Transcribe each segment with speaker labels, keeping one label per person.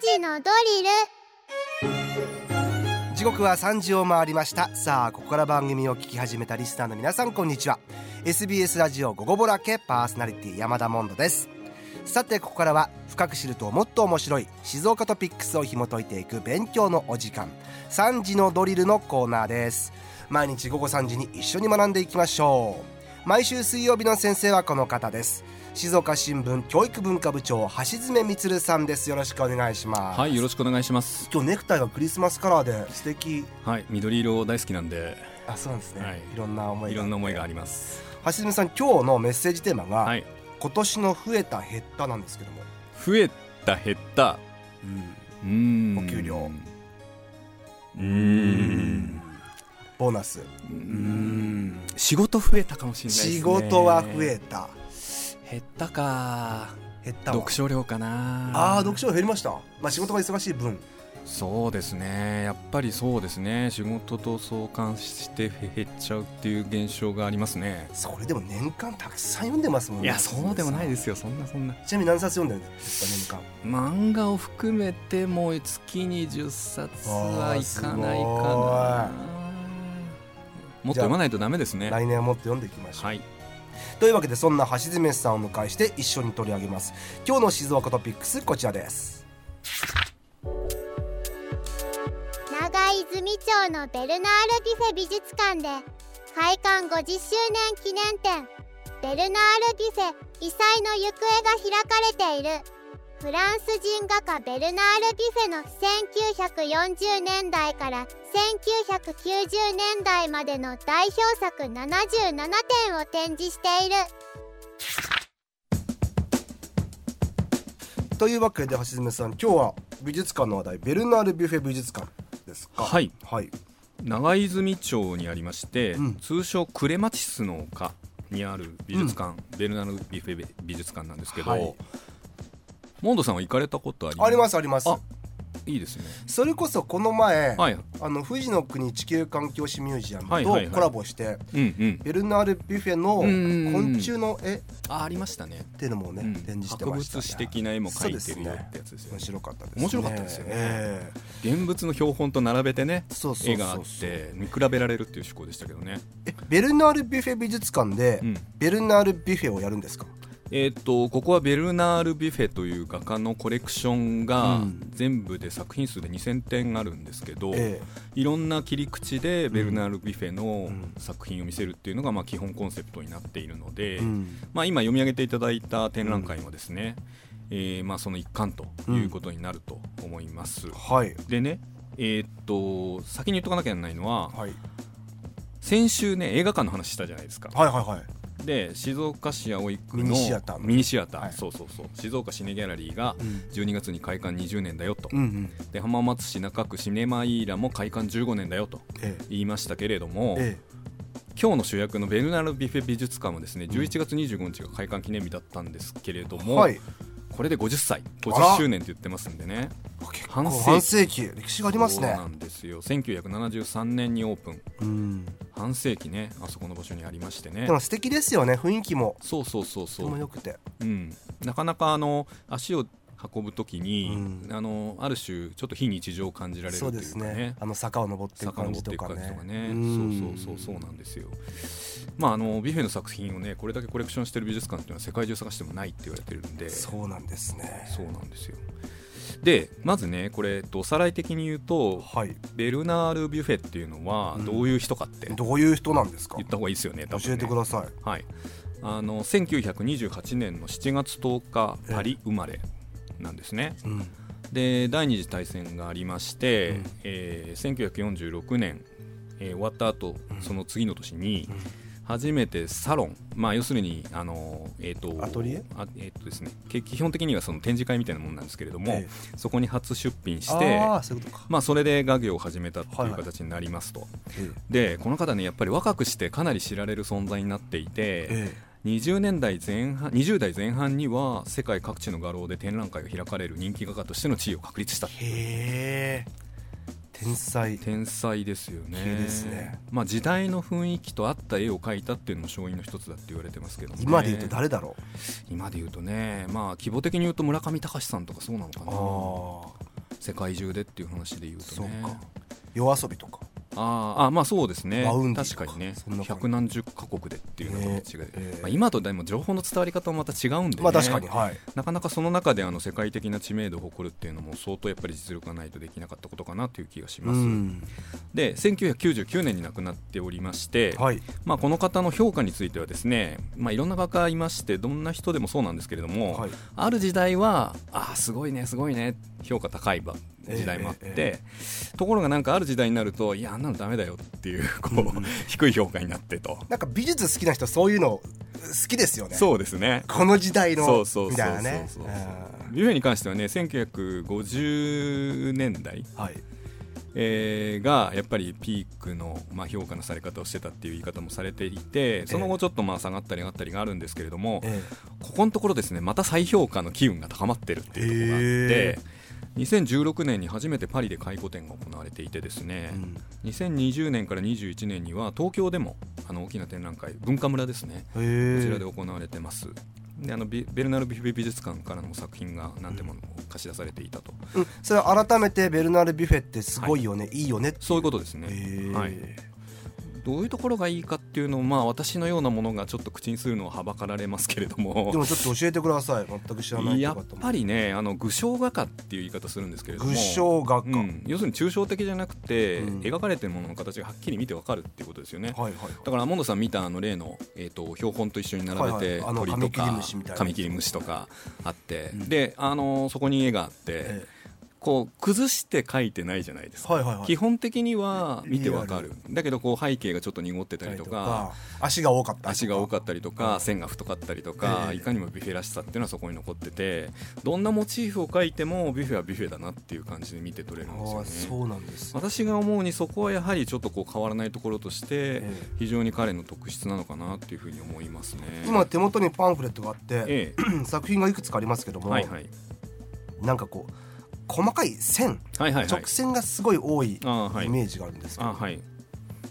Speaker 1: 時のドリル
Speaker 2: 時刻は3時を回りましたさあここから番組を聞き始めたリスナーの皆さんこんにちは SBS ラジオ「午後ぼらけ」パーソナリティ山田モンドですさてここからは深く知るともっと面白い静岡トピックスを紐解いていく勉強のお時間3時のドリルのコーナーです毎日午後3時に一緒に学んでいきましょう毎週水曜日の先生はこの方です静岡新聞教育文化部長橋爪充さんですよろしくお願いします、
Speaker 3: はい、よろしくお願いします。
Speaker 2: 今日ネクタイがクリスマスカラーで素敵
Speaker 3: はい、緑色大好きなんで、
Speaker 2: あそうなんですね、
Speaker 3: はいい、
Speaker 2: ろんな思いが
Speaker 3: いろんな思いがあります。
Speaker 2: 橋爪さん今日のメッセージテーマが、
Speaker 3: はい、
Speaker 2: 今年の増えた減ったなんですけども、
Speaker 3: 増えた減った、うーん、
Speaker 2: お給料
Speaker 3: うーん、
Speaker 2: ボーナス、
Speaker 3: うーん、仕事増えたかもしれないですね。
Speaker 2: 仕事は増えた
Speaker 3: 減ったか、
Speaker 2: 減ったわ
Speaker 3: 読書量かな。
Speaker 2: ああ読書量減りましたまあ仕事が忙しい分
Speaker 3: そうですね、やっぱりそうですね、仕事と相関して減っちゃうっていう現象がありますね。
Speaker 2: それでも年間たくさん読んでますもん
Speaker 3: いや、そうでもないですすよ、そんなそんな。
Speaker 2: ちなみに何冊読んでるんですか年間
Speaker 3: 漫画を含めてもう月に10冊はいかない
Speaker 2: わあ
Speaker 3: かなもっと読まないとダメですね
Speaker 2: 来年はもっと読んでいきましょう、
Speaker 3: はい
Speaker 2: というわけでそんな橋爪さんを迎えして一緒に取り上げます今日の静岡トピックスこちらです
Speaker 1: 長泉町のベルナール・ビフェ美術館で開館50周年記念展「ベルナール・ビフェ異彩の行方」が開かれているフランス人画家ベルナール・ビフェの1940年代から1990年代までの代表作77点を展示している
Speaker 2: というわけで橋爪さん今日は美術館の話題ベルナール・ビュッフェ美術館ですか
Speaker 3: はい
Speaker 2: はい
Speaker 3: 長泉町にありまして、
Speaker 2: うん
Speaker 3: 通称クレマチスの丘にある美術館、ベルナルビフェ美術館なんですけど、
Speaker 2: はい
Speaker 3: モンドさんは行かれたことあります
Speaker 2: ありますあります
Speaker 3: あいいですね
Speaker 2: それこそこの前、
Speaker 3: はい
Speaker 2: あの富士の国地球環境史ミュージアム
Speaker 3: はいはいは
Speaker 2: と
Speaker 3: い
Speaker 2: コラボして、
Speaker 3: うんうん
Speaker 2: ベルナール・ビュッフェの
Speaker 3: うん
Speaker 2: 昆虫の絵っ
Speaker 3: あありましたね
Speaker 2: ていうのもね、
Speaker 3: うん
Speaker 2: 展示して
Speaker 3: 博
Speaker 2: ました、ね、
Speaker 3: 物史的な絵も描いてるよ
Speaker 2: そうですね
Speaker 3: ってやつですよね
Speaker 2: 面白かったですね
Speaker 3: 面白かったですよね
Speaker 2: ええ
Speaker 3: 現物の標本と並べてね
Speaker 2: そうそうそうそう
Speaker 3: 絵があって見比べられるっていう趣向でしたけどね
Speaker 2: えベルナール・ビュッフェ美術館で、
Speaker 3: うん
Speaker 2: ベルナール・ビュッフェをやるんですか
Speaker 3: えーっとここはベルナール・ビュフェという画家のコレクション
Speaker 2: う
Speaker 3: が
Speaker 2: ん
Speaker 3: 全部で作品数で2000点あるんですけど、
Speaker 2: ええ
Speaker 3: いろんな切り口でベルナール・ビュフェの
Speaker 2: ん
Speaker 3: 作品を見せるっていうのがまあ基本コンセプトになっているので、
Speaker 2: うん
Speaker 3: まあ、今読み上げていただいた展覧会もですね、えーまあその一環ということになると思います。
Speaker 2: はい
Speaker 3: でねえーっと先に言っとかなきゃならないのは、
Speaker 2: はい
Speaker 3: 先週ね映画館の話したじゃないですか
Speaker 2: はいはいはい
Speaker 3: で静岡市葵区の
Speaker 2: ミニシアター
Speaker 3: ミニシアター
Speaker 2: はい
Speaker 3: そうそうそう静岡シネギャラリーが
Speaker 2: うん
Speaker 3: 12月に開館20年だよと、
Speaker 2: うんうん
Speaker 3: で浜松市中区シネマイーラも開館15年だよと
Speaker 2: え
Speaker 3: 言いましたけれども、
Speaker 2: ええ
Speaker 3: 今日の主役のベルナル・ビフェ美術館もですね11月25日が開館記念日だったんですけれど
Speaker 2: え
Speaker 3: も、
Speaker 2: はい
Speaker 3: これで50歳
Speaker 2: あら
Speaker 3: 50周年って言ってますんでね
Speaker 2: 結構
Speaker 3: 半世紀
Speaker 2: 半世紀歴史があります
Speaker 3: そう
Speaker 2: ね
Speaker 3: なんですよ1973年にオープン
Speaker 2: うん
Speaker 3: 半世紀ねあそこの場所にありましてね
Speaker 2: でも素敵ですよね雰囲気も
Speaker 3: そうそうそうそ
Speaker 2: とて
Speaker 3: う
Speaker 2: も良くて
Speaker 3: うん、なかなかあの足を運ぶときに、
Speaker 2: うん
Speaker 3: あのある種ちょっと非日常を感じられると
Speaker 2: そ
Speaker 3: いううか
Speaker 2: で
Speaker 3: ね
Speaker 2: すねあの坂を登っていく
Speaker 3: 坂を
Speaker 2: 感
Speaker 3: 登
Speaker 2: じ
Speaker 3: って
Speaker 2: と
Speaker 3: いく
Speaker 2: か
Speaker 3: 感じ
Speaker 2: ね
Speaker 3: とかね
Speaker 2: ん
Speaker 3: そうそうそうそうなんですよまああのビュフェの作品をねこれだけコレクションしてる美術館っていうのは世界中探してもないって言われてるんで
Speaker 2: そうなんですね
Speaker 3: そうなんですよでまずねこれえっとおさらい的に言うと
Speaker 2: はい
Speaker 3: ベルナール・ビュフェっていうのは
Speaker 2: うん
Speaker 3: どういう人かって
Speaker 2: どういう人なんですか
Speaker 3: 言った方がいいですよね,、
Speaker 2: 教えてく
Speaker 3: さ
Speaker 2: ださい
Speaker 3: い、はい、あの1928年の7月10日パリ生まれなんですね、
Speaker 2: うん
Speaker 3: で第二次大戦がありまして、
Speaker 2: うん
Speaker 3: えー1946年、えー終わった後
Speaker 2: ん
Speaker 3: その次の年に
Speaker 2: うん
Speaker 3: 初めてサロン、まあ、要するにあの、えー、と
Speaker 2: アトリエ
Speaker 3: あえーとですね、け基本的にはその展示会みたいなものなんですけれども、
Speaker 2: え
Speaker 3: そこに初出品
Speaker 2: え
Speaker 3: して
Speaker 2: ああそういうことか
Speaker 3: まあ、それで画業を始めたって
Speaker 2: はい
Speaker 3: いう
Speaker 2: はい
Speaker 3: 形になりますと、
Speaker 2: え
Speaker 3: でこの方ねやっぱり若くしてかなり知られる存在になっていて、
Speaker 2: ええ
Speaker 3: 20年代前半20代前半には世界各地の画廊で展覧会が開かれる人気画家としての地位を確立した
Speaker 2: えへえ天才
Speaker 3: 天才ですよね
Speaker 2: 系ですね
Speaker 3: まあ、時代の雰囲気と合った絵を描いたっていうのも勝因の一つだって言われてますけどもね、
Speaker 2: 今で言うと誰だろう
Speaker 3: 今で言うとねまあ規模的に言うと村上隆さんとかそうなのかな
Speaker 2: ああ
Speaker 3: 世界中でっていう話で言うと
Speaker 2: そう
Speaker 3: ね
Speaker 2: か夜遊びとか
Speaker 3: あーあまあそうですね
Speaker 2: バウンディ
Speaker 3: 確
Speaker 2: とか
Speaker 3: かにね
Speaker 2: そんな感じ
Speaker 3: 百何十カ国でっていうのが違い、
Speaker 2: ねええ
Speaker 3: まあ、今とでも情報の伝わり方もまた違うんで、ね
Speaker 2: まあ確かにはい
Speaker 3: なかなかその中であの世界的な知名度を誇るっていうのも相当やっぱり実力がないとできなかったことかなという気がします、
Speaker 2: うん
Speaker 3: で1999年に亡くなっておりまして、
Speaker 2: はい
Speaker 3: まあ、この方の評価についてはですね、まあ、いろんな画家がいましてどんな人でもそうなんですけれども、
Speaker 2: はい
Speaker 3: ある時代はああすごいねすごいね評価高いば
Speaker 2: ええ
Speaker 3: 時代もあって、
Speaker 2: え
Speaker 3: ところがなんかある時代になるといやあんなのダメだよっていうこう、 低い評価になってと、
Speaker 2: なんか美術好きな人そういうの好きですよね
Speaker 3: そうですね
Speaker 2: この時代の
Speaker 3: そうそうそうそう
Speaker 2: みたいなね
Speaker 3: そうそうビュエに関してはね1950年代、
Speaker 2: うんはい
Speaker 3: えーがやっぱりピークの、まあ、評価のされ方をしてたっていう言い方もされていてその後ちょっとまあ下がったり上がったりがあるんですけれども、
Speaker 2: え
Speaker 3: ここのところですねまた再評価の機運が高まってるっていうところがあって。2016年に初めてパリで回顧展が行われていてですね
Speaker 2: え、うん
Speaker 3: 2020年から21年には東京でもあの大きな展覧会文化村ですね
Speaker 2: へ
Speaker 3: こち
Speaker 2: え
Speaker 3: らで行われてますであのビベルナル・ビュフェ美術館からの作品が何点も貸し出されていたと、
Speaker 2: うんそれは改めてベルナール・ビュフェってすごいよね、い、いよねって
Speaker 3: そういうことですね、
Speaker 2: へえ
Speaker 3: はい、どういうところがいいかっていうのを、まあ、私のようなものがちょっと口にするのははばかられますけれども
Speaker 2: でもちょっと教えてください全く知らない
Speaker 3: やっ
Speaker 2: 方も
Speaker 3: ぱりねあの具象画家っていう言い方するんですけれども
Speaker 2: 具象画家、
Speaker 3: うん、要するに抽象的じゃなくて、
Speaker 2: うん
Speaker 3: 描かれてるものの形がはっきり見てわかるっていうことですよね、
Speaker 2: はいはいはい
Speaker 3: だからアモンドさん見たあの例の、えー、と標本と一緒に並べて、
Speaker 2: はいはいあの
Speaker 3: 鳥とか
Speaker 2: カミキリムシみたいな
Speaker 3: カミキリムシとかあって、
Speaker 2: うん
Speaker 3: で、あのーそこに絵があって、
Speaker 2: ええ
Speaker 3: こう崩して描いてないじゃないですか、
Speaker 2: はいはいはい
Speaker 3: 基本的には見てわか
Speaker 2: リ
Speaker 3: るだけどこう背景がちょっと濁ってたりとか
Speaker 2: 足が多かったりとか
Speaker 3: 足が多かったりとか線が太かったりとか
Speaker 2: ええ
Speaker 3: いかにもビュッフェらしさっていうのはそこに残っててどんなモチーフを描いてもビュッフェはビュッフェだなっていう感じで見て取れるんです
Speaker 2: あ
Speaker 3: よ
Speaker 2: あ
Speaker 3: ね。
Speaker 2: そうなんですね
Speaker 3: 私が思うにそこはやはりちょっとこう変わらないところとして
Speaker 2: ええ
Speaker 3: 非常に彼の特質なのかなっていうふうに思いますね。
Speaker 2: 今手元にパンフレットがあって、
Speaker 3: ええ
Speaker 2: 作品がいくつかありますけども、
Speaker 3: はいはい
Speaker 2: なんかこう細かい線
Speaker 3: はいはいはい
Speaker 2: 直線がすごい多いイ
Speaker 3: ああはい
Speaker 2: メージがあるんですけど、
Speaker 3: あはい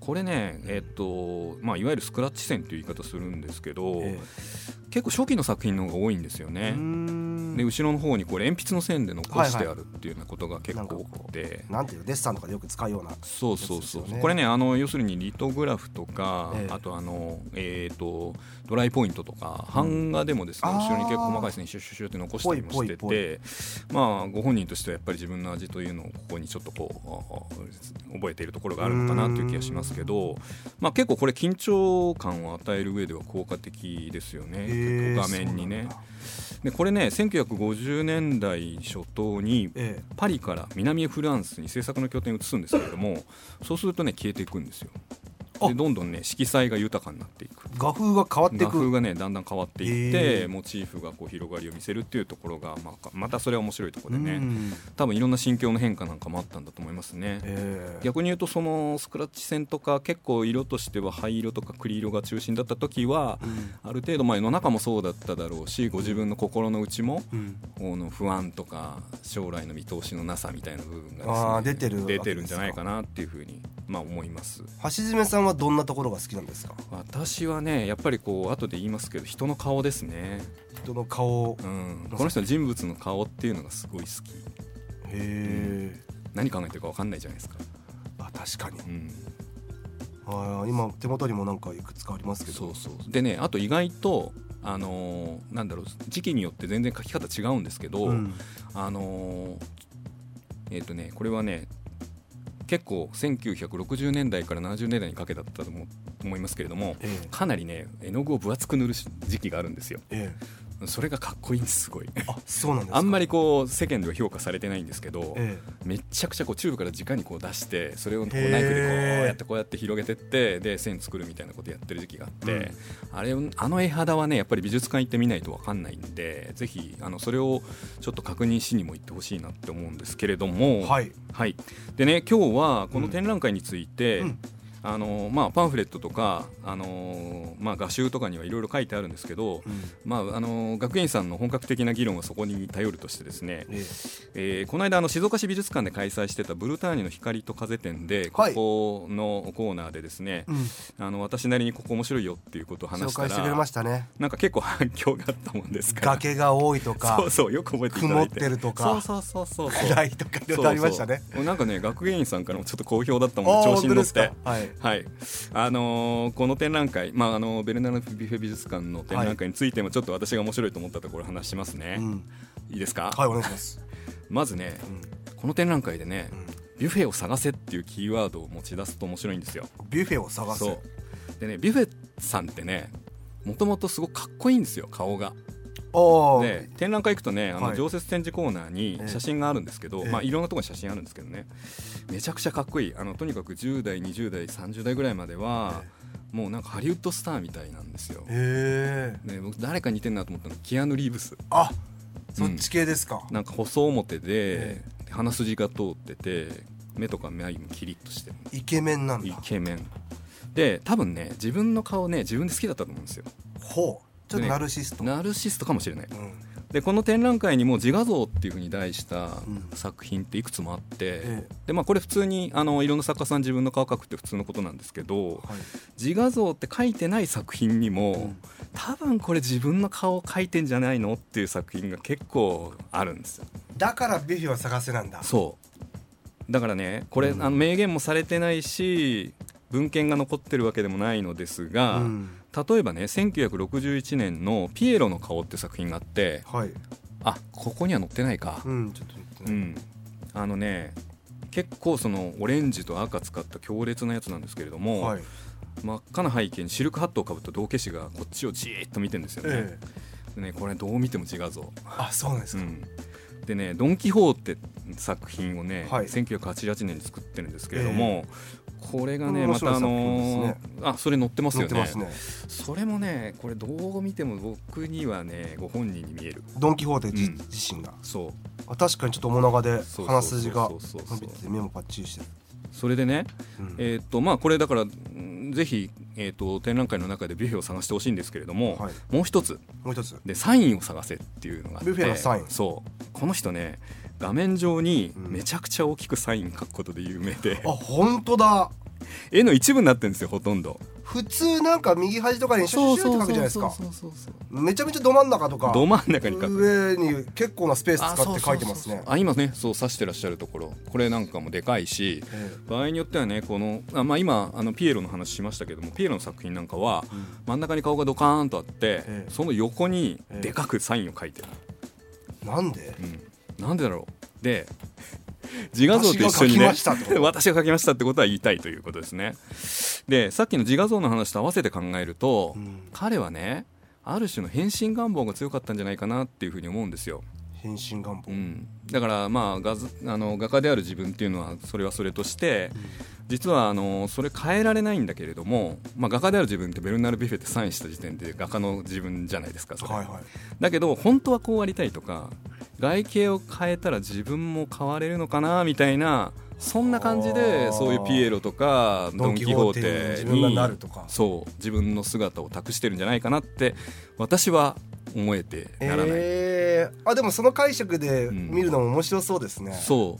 Speaker 3: これねえっとまあいわゆるスクラッチ線という言い方するんですけど、
Speaker 2: え
Speaker 3: 結構初期の作品の方が多いんですよ
Speaker 2: えう
Speaker 3: ね
Speaker 2: ー。ん
Speaker 3: で後ろの方にこれ鉛筆の線で残してあるっていうようなことが結構多くて、
Speaker 2: なんていうのデッサンとかでよく使うような
Speaker 3: そうそうそう、
Speaker 2: そうですよね
Speaker 3: これねあの要するにリトグラフとか、
Speaker 2: ええ
Speaker 3: あとあのえっ、とドライポイントとか版画でもですね、
Speaker 2: あー
Speaker 3: 後ろに結構細かい線シュッシュッシュッって残したりもして
Speaker 2: ぽいぽい
Speaker 3: てまあご本人としてはやっぱり自分の味というのをここにちょっとこうあー覚えているところがあるのかなという気がしますけど、まあ結構これ緊張感を与える上では効果的ですよね、
Speaker 2: ええ
Speaker 3: 結構画面に
Speaker 2: そう
Speaker 3: ね
Speaker 2: なん。だ
Speaker 3: でこれね1950年代初頭に
Speaker 2: ええ
Speaker 3: パリから南フランスに制作の拠点を移すんですけれど もそうするとね消えていくんですよ
Speaker 2: あ
Speaker 3: でどんどんね色彩が豊かになっていく
Speaker 2: 画風が変わって
Speaker 3: 画
Speaker 2: い
Speaker 3: 風
Speaker 2: く
Speaker 3: がねだんだん変わっていって、
Speaker 2: へー
Speaker 3: モチーフがこう広がりを見せるっていうところが、まあ、またそれは面白いところ
Speaker 2: う
Speaker 3: でね、
Speaker 2: ん
Speaker 3: 多分いろんな心境の変化なんかもあったんだと思いますね、
Speaker 2: ええ
Speaker 3: 逆に言うとそのスクラッチ線とか結構色としては灰色とか栗色が中心だった時は
Speaker 2: うん
Speaker 3: ある程度まあ世の中もそうだっただろうしご自分の心の内も
Speaker 2: うん
Speaker 3: この不安とか将来の見通しのなさみたいな部分がです、ね、
Speaker 2: あー出てるわけです
Speaker 3: 出
Speaker 2: か
Speaker 3: てるんじゃないかなっていうふうに、まあ、思います
Speaker 2: 橋爪さんはどんなところが好きなんですか
Speaker 3: 私はねやっぱりこう後で言いますけど人の顔ですね、
Speaker 2: 人の顔
Speaker 3: うん、この人の人物の顔っていうのがすごい好き
Speaker 2: へえ
Speaker 3: 何考えてるか分かんないじゃないですか、
Speaker 2: あ確かに
Speaker 3: うん、
Speaker 2: あー今手元にもなんかいくつかありますけど
Speaker 3: そうそうでねあと意外とあのーなんだろう時期によって全然書き方違うんですけど、
Speaker 2: うん
Speaker 3: あのーえっ、とねこれはね結構1960年代から70年代にかけだったと思思いますけれども
Speaker 2: ええ
Speaker 3: かなりね絵の具を分厚く塗るし時期があるんですよ
Speaker 2: え
Speaker 3: それがかっこいいんですすごい
Speaker 2: えあそうなんですか
Speaker 3: あんまりこう世間では評価されてないんですけど、
Speaker 2: え
Speaker 3: めっちゃくちゃこうチューブから直にこう出してそれをこう
Speaker 2: へー
Speaker 3: ナイフでこうやってこうやって広げてってで線作るみたいなことやってる時期があって、あれあの絵肌はねやっぱり美術館行ってみないと分かんないんでぜひあのそれをちょっと確認しにも行ってほしいなって思うんですけれど
Speaker 2: え
Speaker 3: も
Speaker 2: はい
Speaker 3: はい、でね今日はこの展覧会について、
Speaker 2: うん
Speaker 3: あのまあ、パンフレットとか、あのまあ、画集とかにはいろいろ書いてあるんですけど、まああの学園さんの本格的な議論はそこに頼るとしてですね、
Speaker 2: え
Speaker 3: えーこの間あの静岡市美術館で開催してたブルターニュの光と風展でこ
Speaker 2: はい
Speaker 3: このコーナーでですね、
Speaker 2: うん
Speaker 3: あの私なりにここ面白いよっていうことを
Speaker 2: 紹
Speaker 3: 話した
Speaker 2: 介してくれ
Speaker 3: ら
Speaker 2: ましたね
Speaker 3: なんか結構反響があったもんですから
Speaker 2: 崖が多いとか
Speaker 3: そうそうよく覚えていただいて
Speaker 2: 曇ってるとか
Speaker 3: そうそうそうそうそう
Speaker 2: 暗いとかいろいろありましたね
Speaker 3: そうそうなんかね学芸員さんからもちょっと好評だった
Speaker 2: あ
Speaker 3: もん
Speaker 2: ー
Speaker 3: で調子に
Speaker 2: 本当で
Speaker 3: 乗って
Speaker 2: すかはい
Speaker 3: はいあのーこの展覧会、まああのベルナルビュッフェ美術館の展覧会についてもちょっと私が面白いと思ったところ話しますね、
Speaker 2: うん
Speaker 3: いいですか、
Speaker 2: はいお願いします
Speaker 3: まずね、この展覧会でね、ビュッフェを探せっていうキーワードを持ち出すと面白いんですよ
Speaker 2: ビュッフェを探す
Speaker 3: そうでねビュッフェさんってねもともとすごくかっこいいんですよ顔が
Speaker 2: おお
Speaker 3: で展覧会行くとねあ
Speaker 2: は
Speaker 3: の
Speaker 2: い
Speaker 3: 常設展示コーナーに写真があるんですけど、
Speaker 2: ええ
Speaker 3: まあ、いろんなところに写真あるんですけどねめちゃくちゃかっこいいあのとにかく10代20代30代ぐらいまでは、もうなんかハリウッドスターみたいなんですよ、
Speaker 2: へえ
Speaker 3: で僕誰か似てんなと思ったのキアヌ・リーブス
Speaker 2: あそっち系ですか
Speaker 3: なんか細表で、
Speaker 2: え
Speaker 3: 鼻筋が通ってて目とか眉もキリッとしてる
Speaker 2: イケメンなん
Speaker 3: イ
Speaker 2: だ
Speaker 3: ケメンで多分ね自分の顔ね自分で好きだったと思うんですよ
Speaker 2: ほうちょっとナルシスト
Speaker 3: ナルシストかもしれない
Speaker 2: うん
Speaker 3: でこの展覧会にも自画像っていうふうに題した
Speaker 2: うん
Speaker 3: 作品っていくつもあって、
Speaker 2: ええ
Speaker 3: でまあ、これ普通にあのいろんな作家さん自分の顔描くって普通のことなんですけど
Speaker 2: はい
Speaker 3: 自画像って描いてない作品にも、
Speaker 2: うん
Speaker 3: 多分これ自分の顔描いてんじゃないのっていう作品が結構あるんですよ。
Speaker 2: だからビュッフェは探せなんだ
Speaker 3: そうだからねこれ、
Speaker 2: うん
Speaker 3: あの明言もされてないし文献が残ってるわけでもないのですが、
Speaker 2: うん
Speaker 3: 例えばね1961年の「ピエロの顔」って作品があって
Speaker 2: はい
Speaker 3: あここには載ってないか、
Speaker 2: うんちょっと言って
Speaker 3: う
Speaker 2: ね
Speaker 3: ん、あのね結構そのオレンジと赤使った強烈なやつなんですけれども、
Speaker 2: はい
Speaker 3: 真っ赤な背景にシルクハットをかぶった道化師がこっちをじーっと見てるんですよね,、
Speaker 2: ええ
Speaker 3: でねこれどう見ても違うぞ、
Speaker 2: あそうなんです
Speaker 3: う
Speaker 2: か
Speaker 3: ん、でね「ドン・キホーテ」作品をね、
Speaker 2: はい
Speaker 3: 1988年に作ってるんですけれども、これがね
Speaker 2: 面
Speaker 3: ま
Speaker 2: 白い
Speaker 3: たあ
Speaker 2: 作品
Speaker 3: の
Speaker 2: で
Speaker 3: ーあそれ載ってます
Speaker 2: 載
Speaker 3: よ
Speaker 2: っ
Speaker 3: ね
Speaker 2: てますね
Speaker 3: それもねこれどう見ても僕にはねご本人に見える
Speaker 2: ドン・キホーテ自
Speaker 3: うん
Speaker 2: 自身が
Speaker 3: そう
Speaker 2: あ確かにちょっと面長で
Speaker 3: そうそうそうそう
Speaker 2: 鼻筋が
Speaker 3: そう
Speaker 2: 伸びてて目もパッチリしてる
Speaker 3: それでね
Speaker 2: うん
Speaker 3: えーっとまあ、これだからうんぜひ、えーっと展覧会の中でビュッフェを探してほしいんですけれども、
Speaker 2: はい
Speaker 3: もう一つ
Speaker 2: もう一つ
Speaker 3: でサインを探せっていうのがあって
Speaker 2: ビュッフェのサイン
Speaker 3: そうこの人ね画面上に
Speaker 2: うん
Speaker 3: めちゃくちゃ大きくサイン書くことで有名で、
Speaker 2: あ本当だ
Speaker 3: 絵の一部になってるんですよほとんど
Speaker 2: 普通なんか右端とかにシュシュシュって書くじゃないですか
Speaker 3: そうそうそうそう
Speaker 2: めちゃめちゃど真ん中とか
Speaker 3: ど真ん中に書く
Speaker 2: 上に結構なスペース使って書いてます
Speaker 3: あそうそうそう
Speaker 2: ね
Speaker 3: そうあ今ねそう指してらっしゃるところこれなんかもでかいし
Speaker 2: え
Speaker 3: 場合によってはねこのあ、まあ、今あのピエロの話しましたけどもピエロの作品なんかは、
Speaker 2: うん
Speaker 3: 真ん中に顔がドカーンとあって、
Speaker 2: ええ
Speaker 3: その横に
Speaker 2: ええ
Speaker 3: でかくサインを書いてる、
Speaker 2: えなんで
Speaker 3: うん、なんでだろうで自画像と一緒に
Speaker 2: 私
Speaker 3: ね
Speaker 2: が描きましたと
Speaker 3: 私が書きましたってことは言いたいということですねでさっきの自画像の話と合わせて考えると、
Speaker 2: うん
Speaker 3: 彼はねある種の変身願望が強かったんじゃないかなっていうふうに思うんですよ、
Speaker 2: 変身願望
Speaker 3: うん、だからまあ画ずあの画家である自分っていうのはそれはそれとして、実はあのそれ変えられないんだけれども、まあ、画家である自分ってベルナル・ビュッフェってサインした時点で画家の自分じゃないですかそれ
Speaker 2: はいはい
Speaker 3: だけど本当はこうありたいとか外形を変えたら自分も変われるのかなみたいなそんな感じ
Speaker 2: あー
Speaker 3: でそういうピエロとかド
Speaker 2: ドン・
Speaker 3: ン・
Speaker 2: キ
Speaker 3: キ
Speaker 2: ホ
Speaker 3: ホ
Speaker 2: ーテに
Speaker 3: ー
Speaker 2: 自
Speaker 3: テ
Speaker 2: 分が
Speaker 3: に
Speaker 2: なるとか
Speaker 3: そう自分の姿を託してるんじゃないかなって私は思えてならない、
Speaker 2: えーあでもその解釈で
Speaker 3: うん
Speaker 2: 見るのも面白そうですね
Speaker 3: そ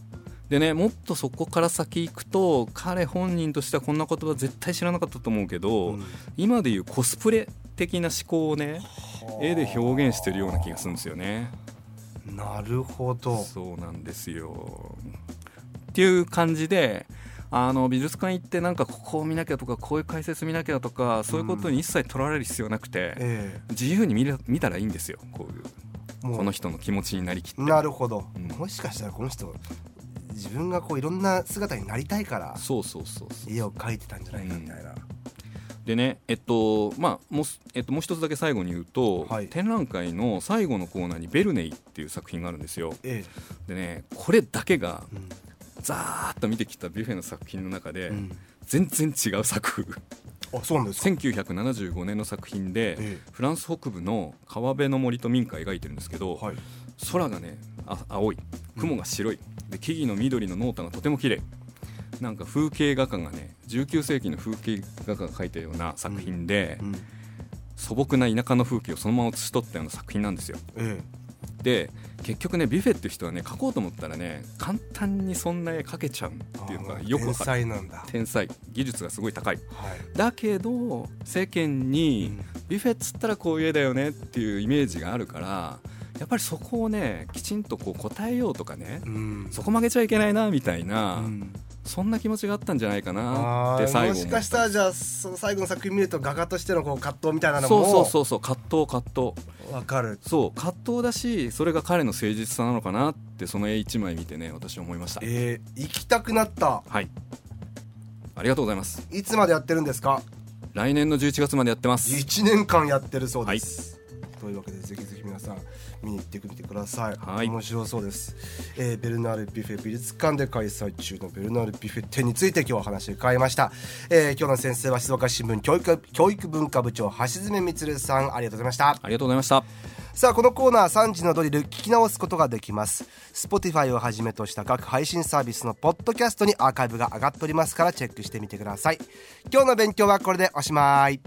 Speaker 3: うでねもっとそこから先行くと彼本人としてはこんな言葉絶対知らなかったと思うけど、
Speaker 2: うん
Speaker 3: 今でいうコスプレ的な思考をね
Speaker 2: はあ
Speaker 3: 絵で表現してるような気がするんですよね。
Speaker 2: なるほど
Speaker 3: そうなんですよっていう感じであの美術館行ってなんかここを見なきゃとかこういう解説見なきゃとかそういうことに一切取られる必要なくて、
Speaker 2: え
Speaker 3: 自由に見れ見たらいいんですよこういう
Speaker 2: えも
Speaker 3: こ
Speaker 2: う
Speaker 3: の人の気持ちになりきって
Speaker 2: なるほど、
Speaker 3: うん
Speaker 2: もしかしたらこの人自分がこういろんな姿になりたいから
Speaker 3: そうそうそうそう
Speaker 2: 家を描いてたんじゃないかみたいな、
Speaker 3: でねえっとまあもうす、えっと、もう一つだけ最後に言うと、
Speaker 2: はい
Speaker 3: 展覧会の最後のコーナーに「ベルネイ」っていう作品があるんですよ
Speaker 2: え
Speaker 3: でねこれだけが
Speaker 2: えうん
Speaker 3: ざーっと見てきたビュッフェの作品の中で、
Speaker 2: うん
Speaker 3: 全然違う作風
Speaker 2: あそうなんですか
Speaker 3: 1975年の作品で、
Speaker 2: ええ
Speaker 3: フランス北部の川辺の森と民家を描いてるんですけど、
Speaker 2: はい
Speaker 3: 空がねあ青い雲が白いで木々の緑の濃淡がとても綺麗なんか風景画家がね19世紀の風景画家が描いたような作品で、
Speaker 2: うん
Speaker 3: 素朴な田舎の風景をそのまま写し取ったような作品なんですよ。
Speaker 2: え
Speaker 3: で結局ねビュッフェっていう人はね描こうと思ったらね簡単にそんな絵描けちゃうっていうの
Speaker 2: あ
Speaker 3: が
Speaker 2: ー
Speaker 3: よく
Speaker 2: 天
Speaker 3: わかる
Speaker 2: 才なんだ
Speaker 3: 天才技術がすごい高い
Speaker 2: はい
Speaker 3: だけど世間に、ビュッフェっつったらこういう絵だよねっていうイメージがあるからやっぱりそこをねきちんとこう答えようとかね
Speaker 2: うん
Speaker 3: そこ曲げちゃいけないなみたいな、
Speaker 2: うんそ
Speaker 3: そんな気持ちがあったんじゃないかなっ
Speaker 2: あ
Speaker 3: て
Speaker 2: ー
Speaker 3: 最
Speaker 2: も
Speaker 3: 後
Speaker 2: しかしたらじゃあその最後の作品見ると画家としてのこう葛藤みたいなの
Speaker 3: そうそう
Speaker 2: も
Speaker 3: そうそう葛藤葛藤
Speaker 2: わかる
Speaker 3: そう葛藤だしそれが彼の誠実さなのかなってその絵一枚見てね私思いました
Speaker 2: えー、行きたくなった
Speaker 3: はいありがとうございます
Speaker 2: いつまでやってるんですか
Speaker 3: 来年の11月までやってます
Speaker 2: 1年間やってるそうです、というわけでぜひぜひ皆さん見に行ってみてください、
Speaker 3: はい
Speaker 2: 面白そうです、えーベルナール・ビュッフェ美術館で開催中のベルナール・ビュッフェ展について今日は話を伺いました、えー今日の先生は静岡新聞教育教育文化部長橋爪充さんありがとうございました
Speaker 3: ありがとうございました
Speaker 2: さあこのコーナー3時のドリル聞き直すことができます Spotify をはじめとした各配信サービスのポッドキャストにアーカイブが上がっておりますからチェックしてみてください今日の勉強はこれでおしまい